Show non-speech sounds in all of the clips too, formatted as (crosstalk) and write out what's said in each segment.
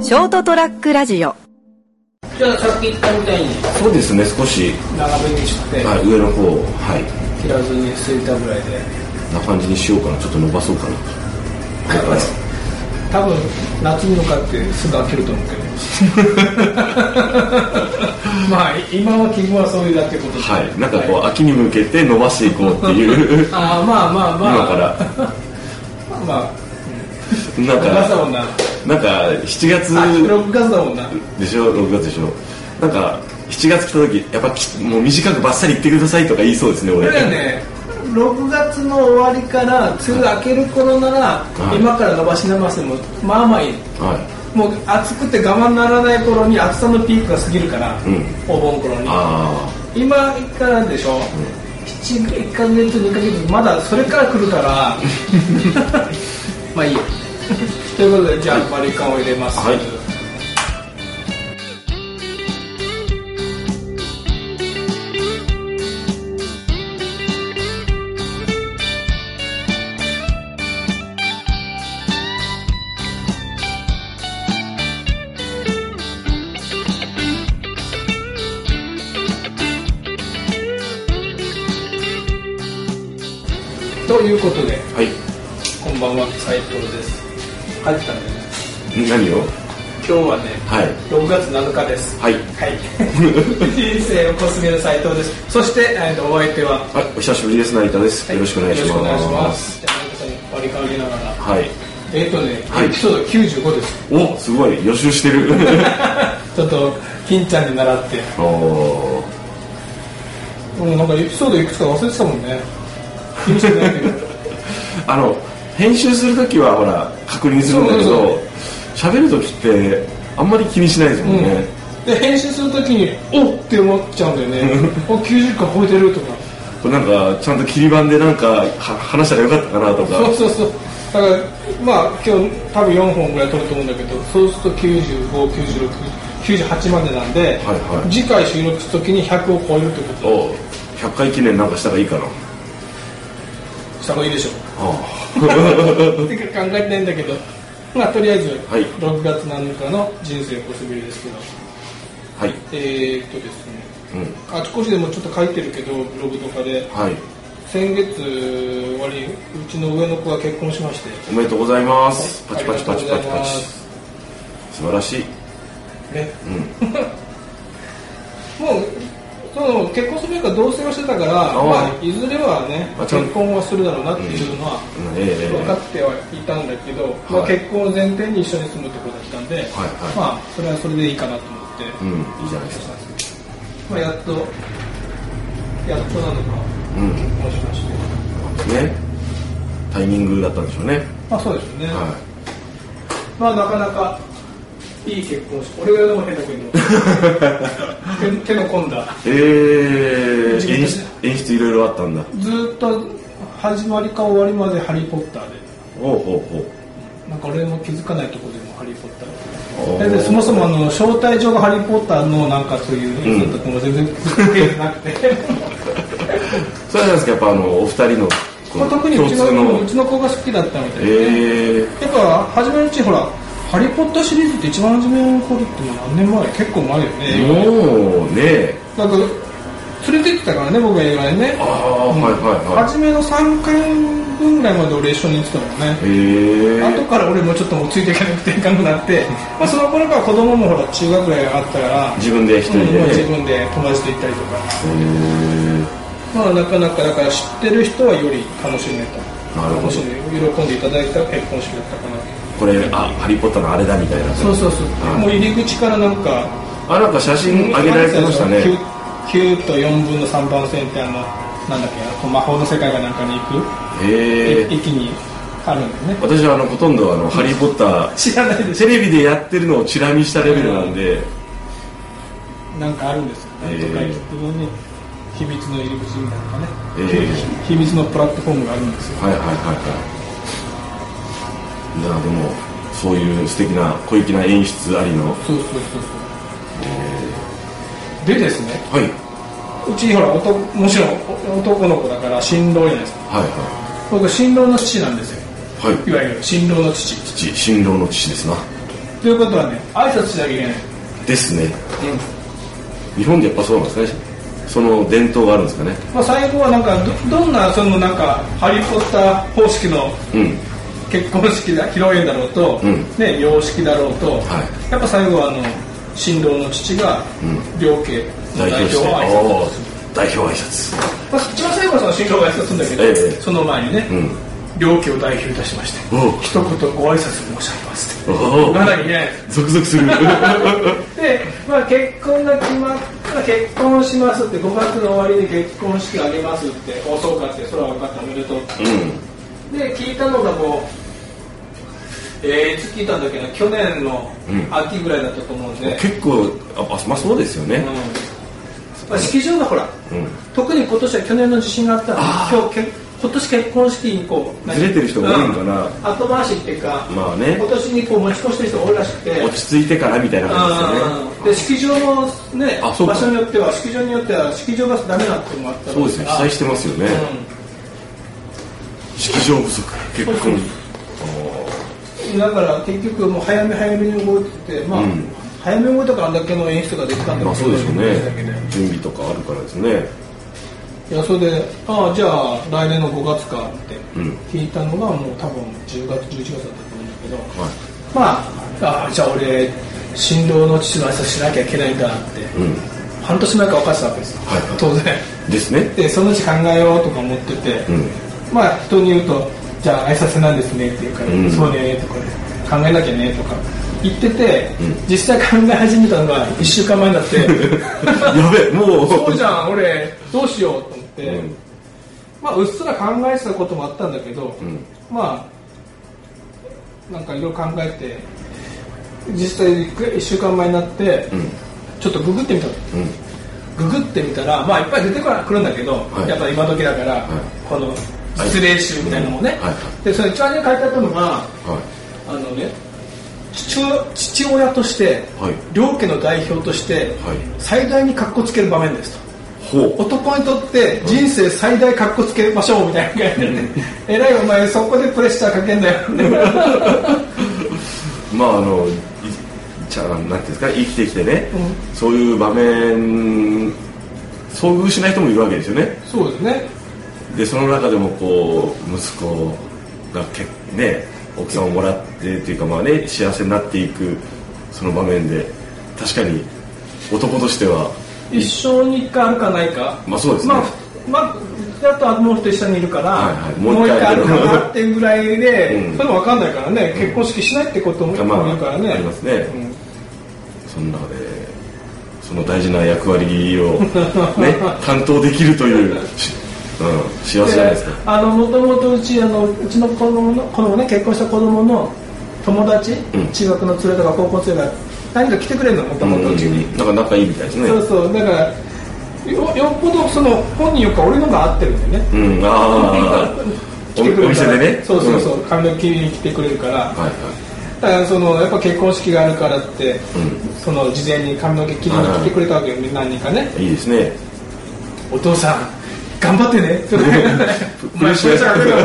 ショートトラックラジオじゃあさっき言ったみたいにそうですね、少し、長めにしてはい、上の方を、はい、切らずにすいたぐらい (laughs) でな感じにしようかな、ちょっと伸ばそうかな。はい多分夏に向かってすぐ飽きると思うけ (laughs) どまあ今は気分はそういうだってことではい、なんかこう、秋に向けて伸ばしていこうっていう、ああまあまあまあ今から、まあまあなん6月だもんか、なあなんか、7月6月だもんなでしょ、6月でしょ、なんか、7月来た時やっぱき、もう短くばっさり言ってくださいとか言いそうですね、こ俺。れはね6月の終わりから梅雨明ける頃なら、い今から伸ばし伸ばしてもまあまあいいはい、もう暑くて我慢ならない頃に暑さのピークが過ぎるから、んお盆頃にあ今からでしょ、七1か月2か月まだそれから来るからまあいいよ (laughs) ということでじゃあバリカンを入れます、はいということでー、はい、こんばんは斉藤です入ってたんでね何を今日はねはい、 6月7日ですはい、はい、人生をこすめる斉藤です。そして、えーと、お相手は、はい、お久しぶりです、成田です。よろしくお願いしよろくお願いしま。ますすじゃあ、成田さんに割り勘を入れながら、はい、えっ、とね、はいエピソード95です。お、すごい、予習してる。 (laughs) ちょっと、金ちゃんに習って、おーうん、なんかエピソードいくつか忘れてたもんね。気にしてないけど。 (laughs) あの編集するときはほら確認するんだけそうど喋るときってあんまり気にしないですもんね、で、編集するときに、おっって思っちゃうんだよね。 (laughs) お、90回超えてるとか。これなんかちゃんと切り板でなんかは話したらよかったかなとかそうそうそう。だから、まあ、今日多分4本ぐらい撮ると思うんだけど、そうすると95、96、98までなんで、はいはい次回収録するときに100を超えるってことお100回記念なんかしたらいいかなした方がいいでしょあう。ってか考えてないんだけど、まあ、とりあえず、はい6月7日の人生こすぶりですけど、あはいえー、っとですね、うんあちこちでもちょっと書いてるけど、ブログとかで、はい先月終わり、うちの上の子が結婚しまして、おめでとうございますパチパチパチあパりがとうござチいパまチす素晴らしいね、もうその結婚する前から同棲をしてたからあまあ、いずれはねまあ結ちゃん婚はするだろうなっていうのはうんええええ分かってはいたんだけど、まあ、はい結婚を前提に一緒に住むってことだったんで、はいまあそれはそれでいいかなと思って、うんいいじゃないですかまあ、やっとやっとなのかうん結婚しまして、ねタイミングだったんでしょうねまあそうですよね、はまあなかなかいい結婚式俺がでも変なこと言う (laughs) の手手の込んだいえ自ー、分演たち出演出いろいろあったんだずーっと始まりか終わりまで「ハリー・ポッターで」おうおうおうなんか俺も気づかないとこでも「ハリー・ポッターおで」ーでそもそもあの招待状が「ハリー・ポッター」のなんかそういうやつだったとも全然気づけなくて、それなんですかやっぱあのお二人のこまあ、の特にう共ち通のうのちの子が好きだったみたいで、ええやっぱ初めのうちほら「ハリー・ポッター」シリーズって一番初めの頃ってもう何年前結構前よね、もうねなんか連れてってたからね僕は映画にねああ、はいはいはい初めの3回分ぐらいまで俺一緒に行ってたもんねええ後から俺もちょっともうついていかなくていかなくなっ (laughs) て、まあ、その頃から子供もほら中学ぐらい上がったから、自分で一人うでんまあ自ね分で友達と行ったりとか、えまあ、なかなかだから知ってる人はより楽しめたなるほど楽しんで喜んでいただいた結婚式だったかなえこれあハリー・ポッターのあれだみたいなそうそうそう、はいもう入り口からなんかあなんか写真上げられてましたね 9, と4分の3番線ってあのなんだっけあの魔法の世界かなんかに行く、(laughs) ええ駅にあるんだよね私はあのほとんどあのハリー・ポッター知らないでしテレビでやってるのをチラ見したレベルなんで、ょなんかあるんですよ、えーとか言ってのに秘密の入り口みたいなのかね、ええ秘密のプラットフォームがあるんですよはいはいはいはいじゃあでもそういう素敵な小粋な演出ありのそうそうそうそうでですねはいうちほらおともちろんお男の子だから新郎じゃないですかはい僕新郎の父なんですよはいはいいわゆる新郎の父父新郎の父ですなということはね挨拶しなきゃいけない、ですね日本でやっぱそうなんですねその伝統があるんですかねまあ、最後はなんかどどんなそのなんかハリー・ポッター方式のうん結婚式だ披露宴だろうと、うんね、洋式だろうと、いやっぱ最後はあの新郎の父がん両家の代代表表をして挨拶をする、代表挨拶まあ、一番最後はその新郎が挨拶するんだけど、ええその前にね、うん両家を代表いたしましておう一言ご挨拶申し上げますってお言おわなきゃいけない (laughs) ゾクゾクするで、まあ、結婚が決まった結婚しますって5月の終わりで結婚式あげますっておそうかってそれは分かったおめでとうってうで聞いたのがこうえー、いつ聞いたんだっけど去年のうん秋ぐらいだったと思うんで、ん結構あまあそうですようんねまあ、式場がほらうん特に今年は去年の地震があったので今日け今年結婚式にこうずれてる人が多いんかなうん後回しっていうか、まあね今年にこう持ち越してる人が多いらしくて落ち着いてからみたいな感じですよねうんで式場もねあ場そうか所によっては式場によっては式場がダメなってのもあったそうですね被災してますよね、式場不足結そう婚うん、だから結局もう早め早めに動いててまあ、うん早めに動いたからあんだけの演出ができたんだまあそうでしょうだけでね準備とかあるからですねいやそれでああじゃあ来年の5月かってうん聞いたのがもう多分10月11月だったと思うんだけど、はまああじゃあ俺新郎の父の挨拶しなきゃいけないんだって、いうん半年前から分かってたわけですよ、はい当然ですねでそのうち考えようとか思ってて、うんまあ人に言うと「じゃあ挨拶なんですね」って言うから「うんそうね」とか「考えなきゃね」とか言ってて、うん実際考え始めたのが1週間前になって (laughs) (laughs) やべえもうそうじゃん俺どうしようと思って、うんまあうっすら考えてたこともあったんだけど、うんまあなんかいろいろ考えて実際1週間前になって、うんちょっとググってみたのうんググってみたらまあいっぱい出てくるんだけど、いやっぱ今時だから、いこの実例集みたいなのもね、はいはいはでその一番に書いてあったのがはあのね父親父親として、はい両家の代表として、はい最大に格好つける場面ですといほ男にとって人生最大格好つけましょうみたいな感じで、えらいお前そこでプレッシャーかけんだようまああのいじゃあなんていうんですか生きてきてね、そういう場面遭遇しない人もいるわけですよねそうですねでその中でもこう息子がけね奥さんをもらってっていうかまあね幸せになっていくその場面で確かに男としては一生に一回あるかないかまあそうですねまあ、まあ、だとあともう一人下にいるから、はいはいももうう一一回回ああるるかなっていうぐらいで、うんそれも分かんないからね結婚式しないってこともいるまあからね、ありますねその中でその大事な役割を、ね、 (laughs) 担当できるという、しうん、幸せじゃないですかあのもともとうちあのうちの子供の子供ね結婚した子供の友達、うん中学の連れとか高校生が何か来てくれるのもとうんもうとうちに、んなんか仲いいみたいですねそうそうだからよよっぽどその本人よりか俺のが合ってるんだよねうんああ (laughs) お来てくれおるか店らでねそうそうそうう、髪の毛切りに来てくれるから、んはいはいだからそのやっぱ結婚式があるからって、うその事前に髪の毛切りに来てくれたわけよ、何人かねいいですねお父さん頑張ってね (laughs) お前プレッシャーかけるよこ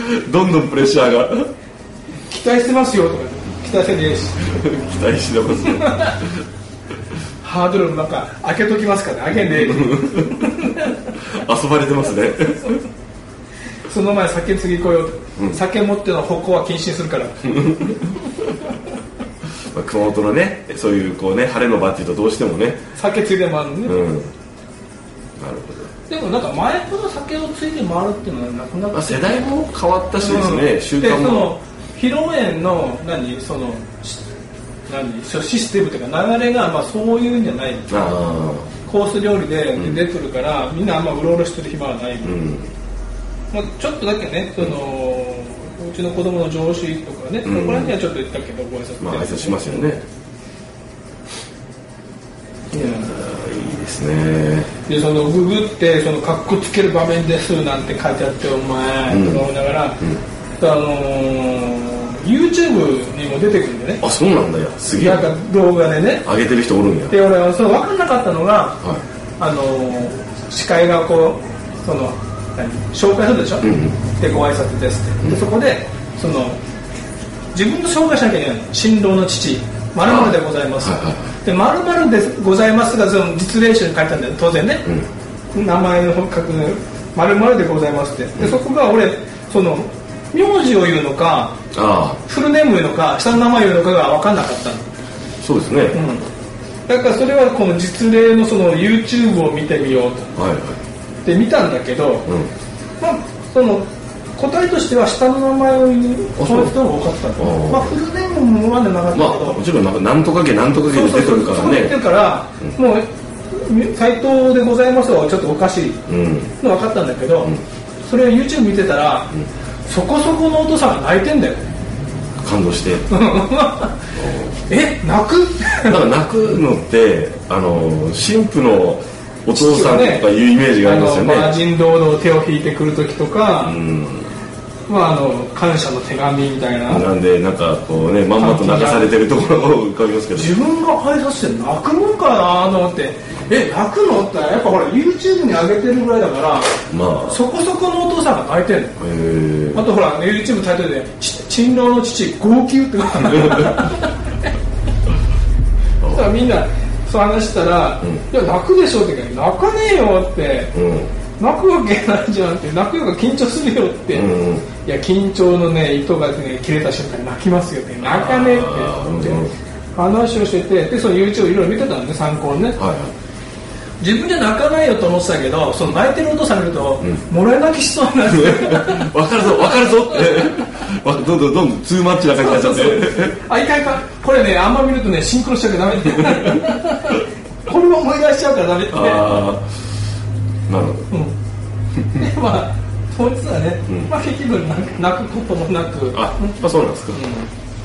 れどんどんプレッシャーが (laughs) (laughs) 期待してますよとか期待してねえし期待してますね (laughs) ハードルの中開けときますから、ね、開けね遊ばれてますね (laughs) えその前酒次行こうよと、酒持っての歩行は禁止にするからまあ熊本のねそういうこうね晴れの場っていうとどうしてもね酒ついで回るのね、うんなるほでもなんか前ほど酒をついで回るっていうのはなくなっど、またあ、世代も変わったしですね、うん習で慣そもの披露宴の何そのし何そうシステムというか流れがまあそういうんじゃないあコース料理で出てるから、みんなあんまうろうろしてる暇はない、あうんまあ、ちょっとだけねその、うちの子供の上司とかね、そんこら辺にはちょっと言ったけどご挨拶まあ挨拶しますよねいやいいですねでそのググってそのかっこつける場面ですなんて書いてあってお前、うんとか思いながら、あのー YouTube にも出てくるんでねあそうなんだよすげえなんか動画でね上げてる人おるんやで俺はその分かんなかったのがはあのー司会がこうその何紹介するでしょ、んうんでご挨拶ですって、でそこでその自分の紹介しなきゃいけないの新郎の父まるでございますはいはいはでまるでございますがその実例集に書いたんだよ当然ね、名前の本格まるでございますってでそこが俺その名字を言うのかあフルネーム言うのか下の名前言うのかが分かんなかったのあそうですね、はいうん、だからそれはこの実例のその YouTube を見てみようとはいで見たんだけど、うんまあ、その答えとしては下の名前を言うあそうそういう人が多かったあのあまあフルネームまでなかったけまど、あもちろんなんか何とか家何とか家そうにそうそ出てるうからそう言ってるねから、もう斎藤でございますはちょっとおかしいうんの分かったんだけど、それを YouTube 見てたら、そこそこのお父さんが泣いてんだよ感動して (laughs) え泣くなんか泣くのってあの神父のお父さんとかいうイメージがありますよねあのマージン堂々手を引いてくる時とか、まあ、あの感謝の手紙みたいな、なんでなんかこうねまんまと泣かされてるところを浮かびますけど自分が挨拶して泣くもんかなと思ってえ泣くのってやっぱほら YouTube に上げてるぐらいだからまあそこそこのお父さんが泣いてるへえのあとほら YouTube タイトルで「ち新郎の父号泣」って書いてあるそしたらみんなそう話したら「いや泣くでしょ」って言うから「泣かねえよ」ってうん泣くわけないじゃんって泣くよが緊張するよって、うんいや緊張のね糸がね切れた瞬間に泣きますよって泣かねえってうん話をしててでその YouTube いろいろ見てたんで参考にねはいはい自分じゃ泣かないよと思ってたけどその泣いてるお父さん見ると、もらい泣きしそうに (laughs) なるわかるぞわかるぞってわどんどんどんどんツーマッチな感じになっちゃってあいかんいかんこれねあんま見るとねシンクロしちゃうからダメっ (laughs) てこれも思い出しちゃうからダメってああなるほどでまあ当日はね、まあ、結局泣くこともなくあ、まあ、そうなんですか、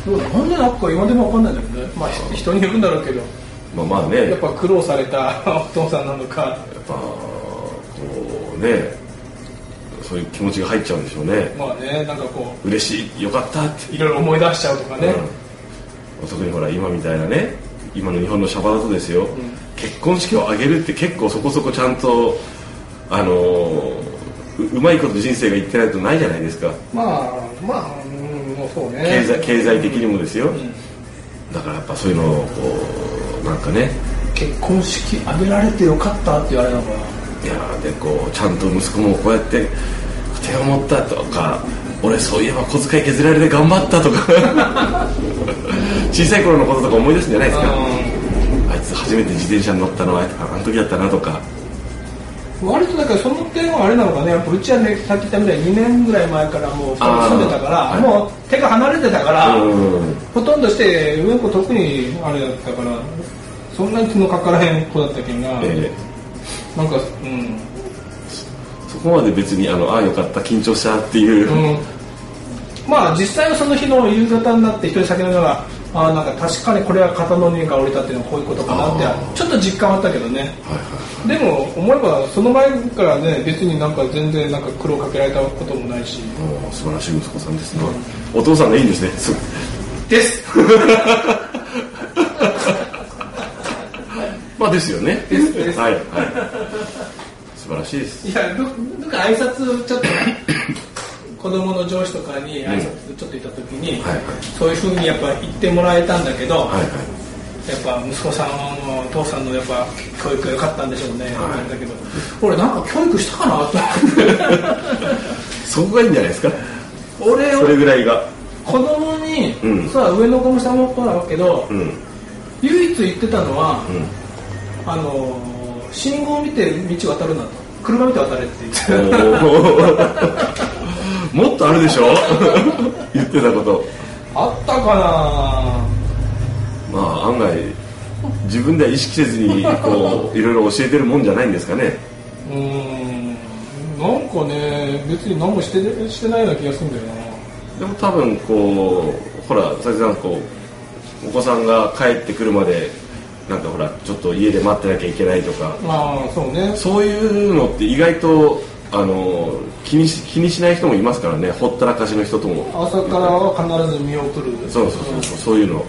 どうだなんで泣くか今でも分かんないんだけどね、まあ、ひ人によるんだろうけどまあまあねややっっぱ苦労された (laughs) お父さんなのかぱこうねそういう気持ちが入っちゃうんでしょうねまあねなんかこ嬉しいよかったってういろいろ思い出しちゃうとかね、うん、特にほら今みたいなね今の日本のシャバだとですよ、結婚式を挙げるって結構そこそこちゃんとあのーううまいこと人生がいってないとないじゃないですかまあまあ、うん、もうそうね経済経済的にもですよ、だからやっぱそういうのをこうなんかね結婚式あげられてよかったって言われたのかないやーでこうちゃんと息子もこうやって手を持ったとか俺そういえば小遣い削られて頑張ったとか (laughs) 小さい頃のこととか思い出すんじゃないですかあいつ初めて自転車に乗ったのはあの時だったなとか割とだからその点はあれなのかねやっぱうちはねさっき言ったみたいに2年ぐらい前からもうあー住んでたから、はいもう手が離れてたから、うんほとんどしてうんこ特にあれだったからそんなに気のかからへん子だったけんな、えなんかうんーそこまで別にあのああよかった緊張したっていう、うんまあ実際はその日の夕方になって一人酒飲みながらああなんか確かにこれは肩の荷が下りたっていうのはこういうことかなあってちょっと実感あったけどねはいはでいも思えばその前からね別になんか全然なんか苦労かけられたこともないしもう素晴らしい息子さんですね、お父さんがいいんですねすですまあですよねですですはいはい素晴らしいですいやどなんか挨拶ちょっと (laughs) 子供の上司とかに挨拶ちょっといた時に、はいはいそういうふうにやっぱ言ってもらえたんだけど、はいはいやっぱ息子さんのお父さんのやっぱ教育が良かったんでしょうね、はいあれだけど俺なんか教育したかなと思ってそこがいいんじゃないですか (laughs) 俺それをぐらいが子供に、うんそうは上の子も下の子だけど、うん唯一言ってたのは、うんあのー信号を見て道渡るなと車見て渡れって言って (laughs) おーもっとあるでしょ言ってたことあったかまあ案外自分では意識せずにこういろいろ教えてるもんじゃないんですかねなうーんなんかね別に何もしてしてないような気がするんだよなでも多分こうほら佐々木さんこうお子さんが帰ってくるまでなんかほらちょっと家で待ってなきゃいけないとかまあそうねそういうのって意外とあの気にし気にしない人もいますからねほったらかしの人とも朝からは必ず見送るそうそうそうそうそういうの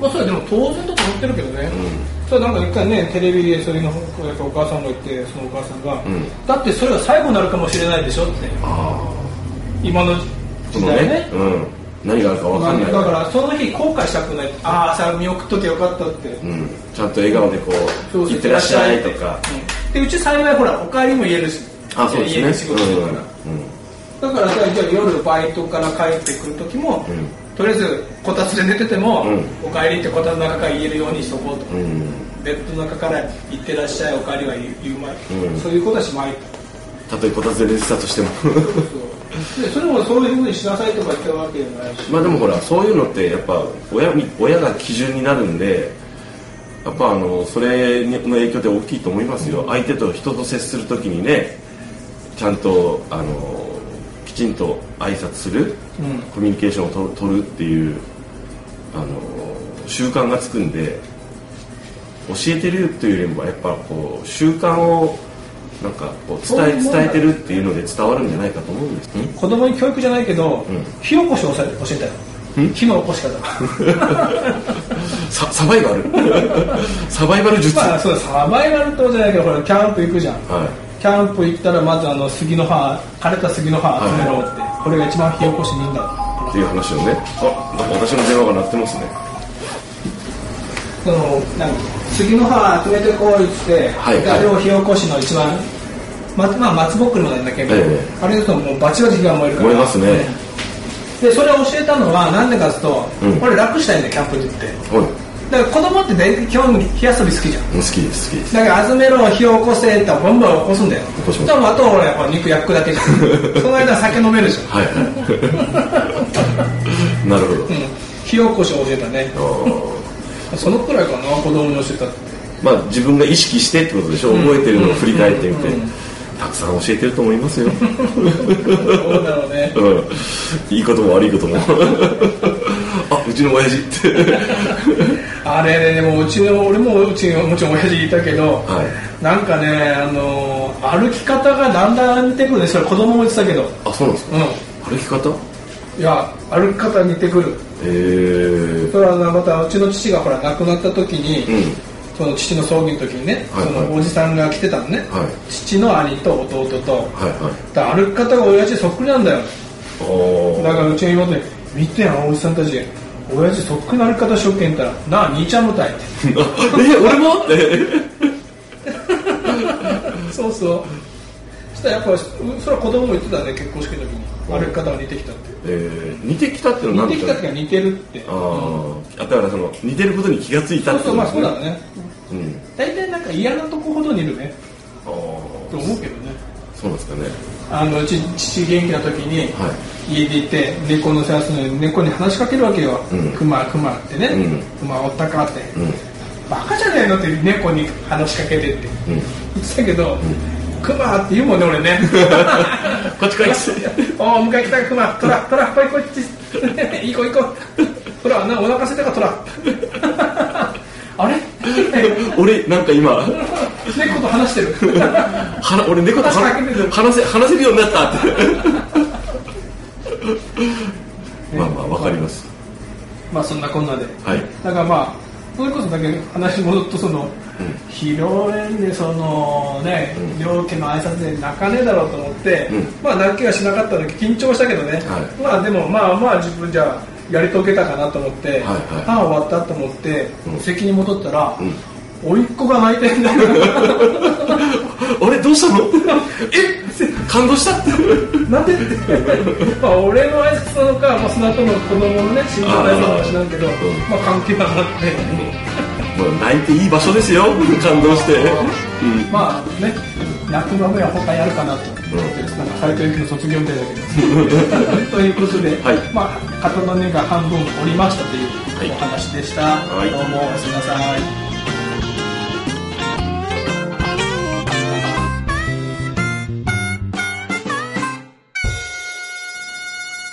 まあ、それはでも当然だと思ってるけどね、それなんか一回ねテレビでそれのやっぱお母さんが言ってそのお母さんが、んだってそれが最後になるかもしれないでしょってああ今の時その代ねねうん何があるか分かんないだからその日後悔したくないああさ見送っときゃよかったって、うん、ちゃんと笑顔でこうそう「いってらっしゃい」とか、うんでうち幸いほらお帰りも言えるしあそう家でです仕ね事してるから、うだからさじゃあ夜バイトから帰ってくる時も、んとりあえずこたつで寝てても「うんおかえり」ってこたつの中から言えるようにしとこうとか、んうん、ベッドの中から「行ってらっしゃいおかえり」は言う言うまい、うんそういうことはし (laughs) まいとたとえこたつで寝てたとしてもそうでそれもそういうふうにしなさいとか言ってるわけじゃないしまあでもほらそういうのってやっぱ親に親が基準になるんでやっぱあのそれの影響って大きいと思いますよ相手と人と接するときにねちゃんとあのきちんと挨拶する、うんコミュニケーションをとる取るっていうあの習慣がつくんで教えてるっていうよりもやっぱこう習慣をなんかこう伝そういえうもんだ伝えてるっていうので伝わるんじゃないかと思うんですん子供に教育じゃないけど、火起こしを教え教えたよ火の起こし (laughs) 方ササバイバル (laughs) サバイバル術、まあそうサバイバルってことじゃないけどほらキャンプ行くじゃんはいキャンプ行ったらまずあの杉の葉枯れた杉の葉集めろって、これが一番火起こしにいいんだっていう話をねあなんか私の電話が鳴ってますねそのなんか杉の葉集めてこいっつって、はいであれを火起こしの一番ままあ松ぼっくりもなんだけど、ええあれだともうバチバチ火が燃えるから燃えますねでそれを教えたのはなんでかっつうと、うん俺楽したいんだよキャンプに行っておいうんだから子供って大体基本火遊び好きじゃん好きです好きですだから集めろ火を起こせってボンボン起こすんだよ起こしますじゃあもうあとは俺やっぱ肉焼くだけじゃん (laughs) その間酒飲めるじゃん、はいはい (laughs) なるほどうん、火起こしを教えたねそのくらいかな子供に教えたってまあ、自分が意識してってことでしょ、覚えてるのを振り返ってみて、たくさん教えてると思いますよ、そうだろうねうん、いいことも悪いことも (laughs) あうちの親父って (laughs) あれねでもうちの俺もうちのもちろん親父いたけど、はいなんかねあの歩き方がだんだん似てくるねそれ子供も言ってたけどあそうなんですかう歩き方んいや歩き方似てくるえー、それはなまたうちの父がほら亡くなった時に、うんその父の葬儀の時にね、はいはいそのおじさんが来てたのね、はい父の兄と弟とはいはいだから歩き方が親父そっくりなんだよおだからうちの妹に「見てやんおじさんたち親父そっくりな歩き方しよっけんたらなあ兄ちゃんみたい」ってー (laughs) え俺もってそうそうそしたらやっぱそれは子供も言ってたね結婚式の時にうん歩き方が似てきたってえー、似てきたっての似は何てできすたかっていうか似てるってあーあだからその似てることに気がついたそっうてそうこまとあでそすうだねうん大体なんか嫌なとこほど似るねあーと思うけどねそうなんですかねあのうち父元気な時には家でいて猫の世話するのに猫に話しかけるわけよう「んクマクマ」ってねうん「クマおったか」っていうん「バカじゃないの?」って猫に話しかけてってうん言ってたけど「クマ」って言うもんね俺 (laughs) ねこっちこいちおお迎え来たクマトラトラこいこいっち (laughs) 行こう行こうトラなお腹すいたかトラ (laughs) あれ (laughs) (laughs) 俺なんか今猫と話してるはな俺猫と話話せ話せるようになったってまあまあわかりますまあそんなこんなではいだからまあそれこそだけど話戻っとその、披露宴でそのね、両家の挨拶で泣かねえだろうと思って、うんまあ泣きはしなかったので緊張したけどね、はいまあでもまあまあ自分じゃやり遂げたかなと思って、はいはいああ終わったと思って、うん席に戻ったら、ん甥っ子が泣いてん (laughs) だよあれどうしたの (laughs) え感動したってなんで (laughs) ってまあ俺の挨拶なのか、まあ、その後の子供のね心臓の挨拶なのか知らんけどあーうんまあ関係なくなって、もう泣いていい場所ですよ感動し (laughs) てうんまあね、泣くまでは他やるかなと、なんか斎藤由貴の卒業みたいだけ (laughs) ど。ということで、はいまあ、肩の根が半分折りましたとはいいうお話でした。いどうもおやすみなさい。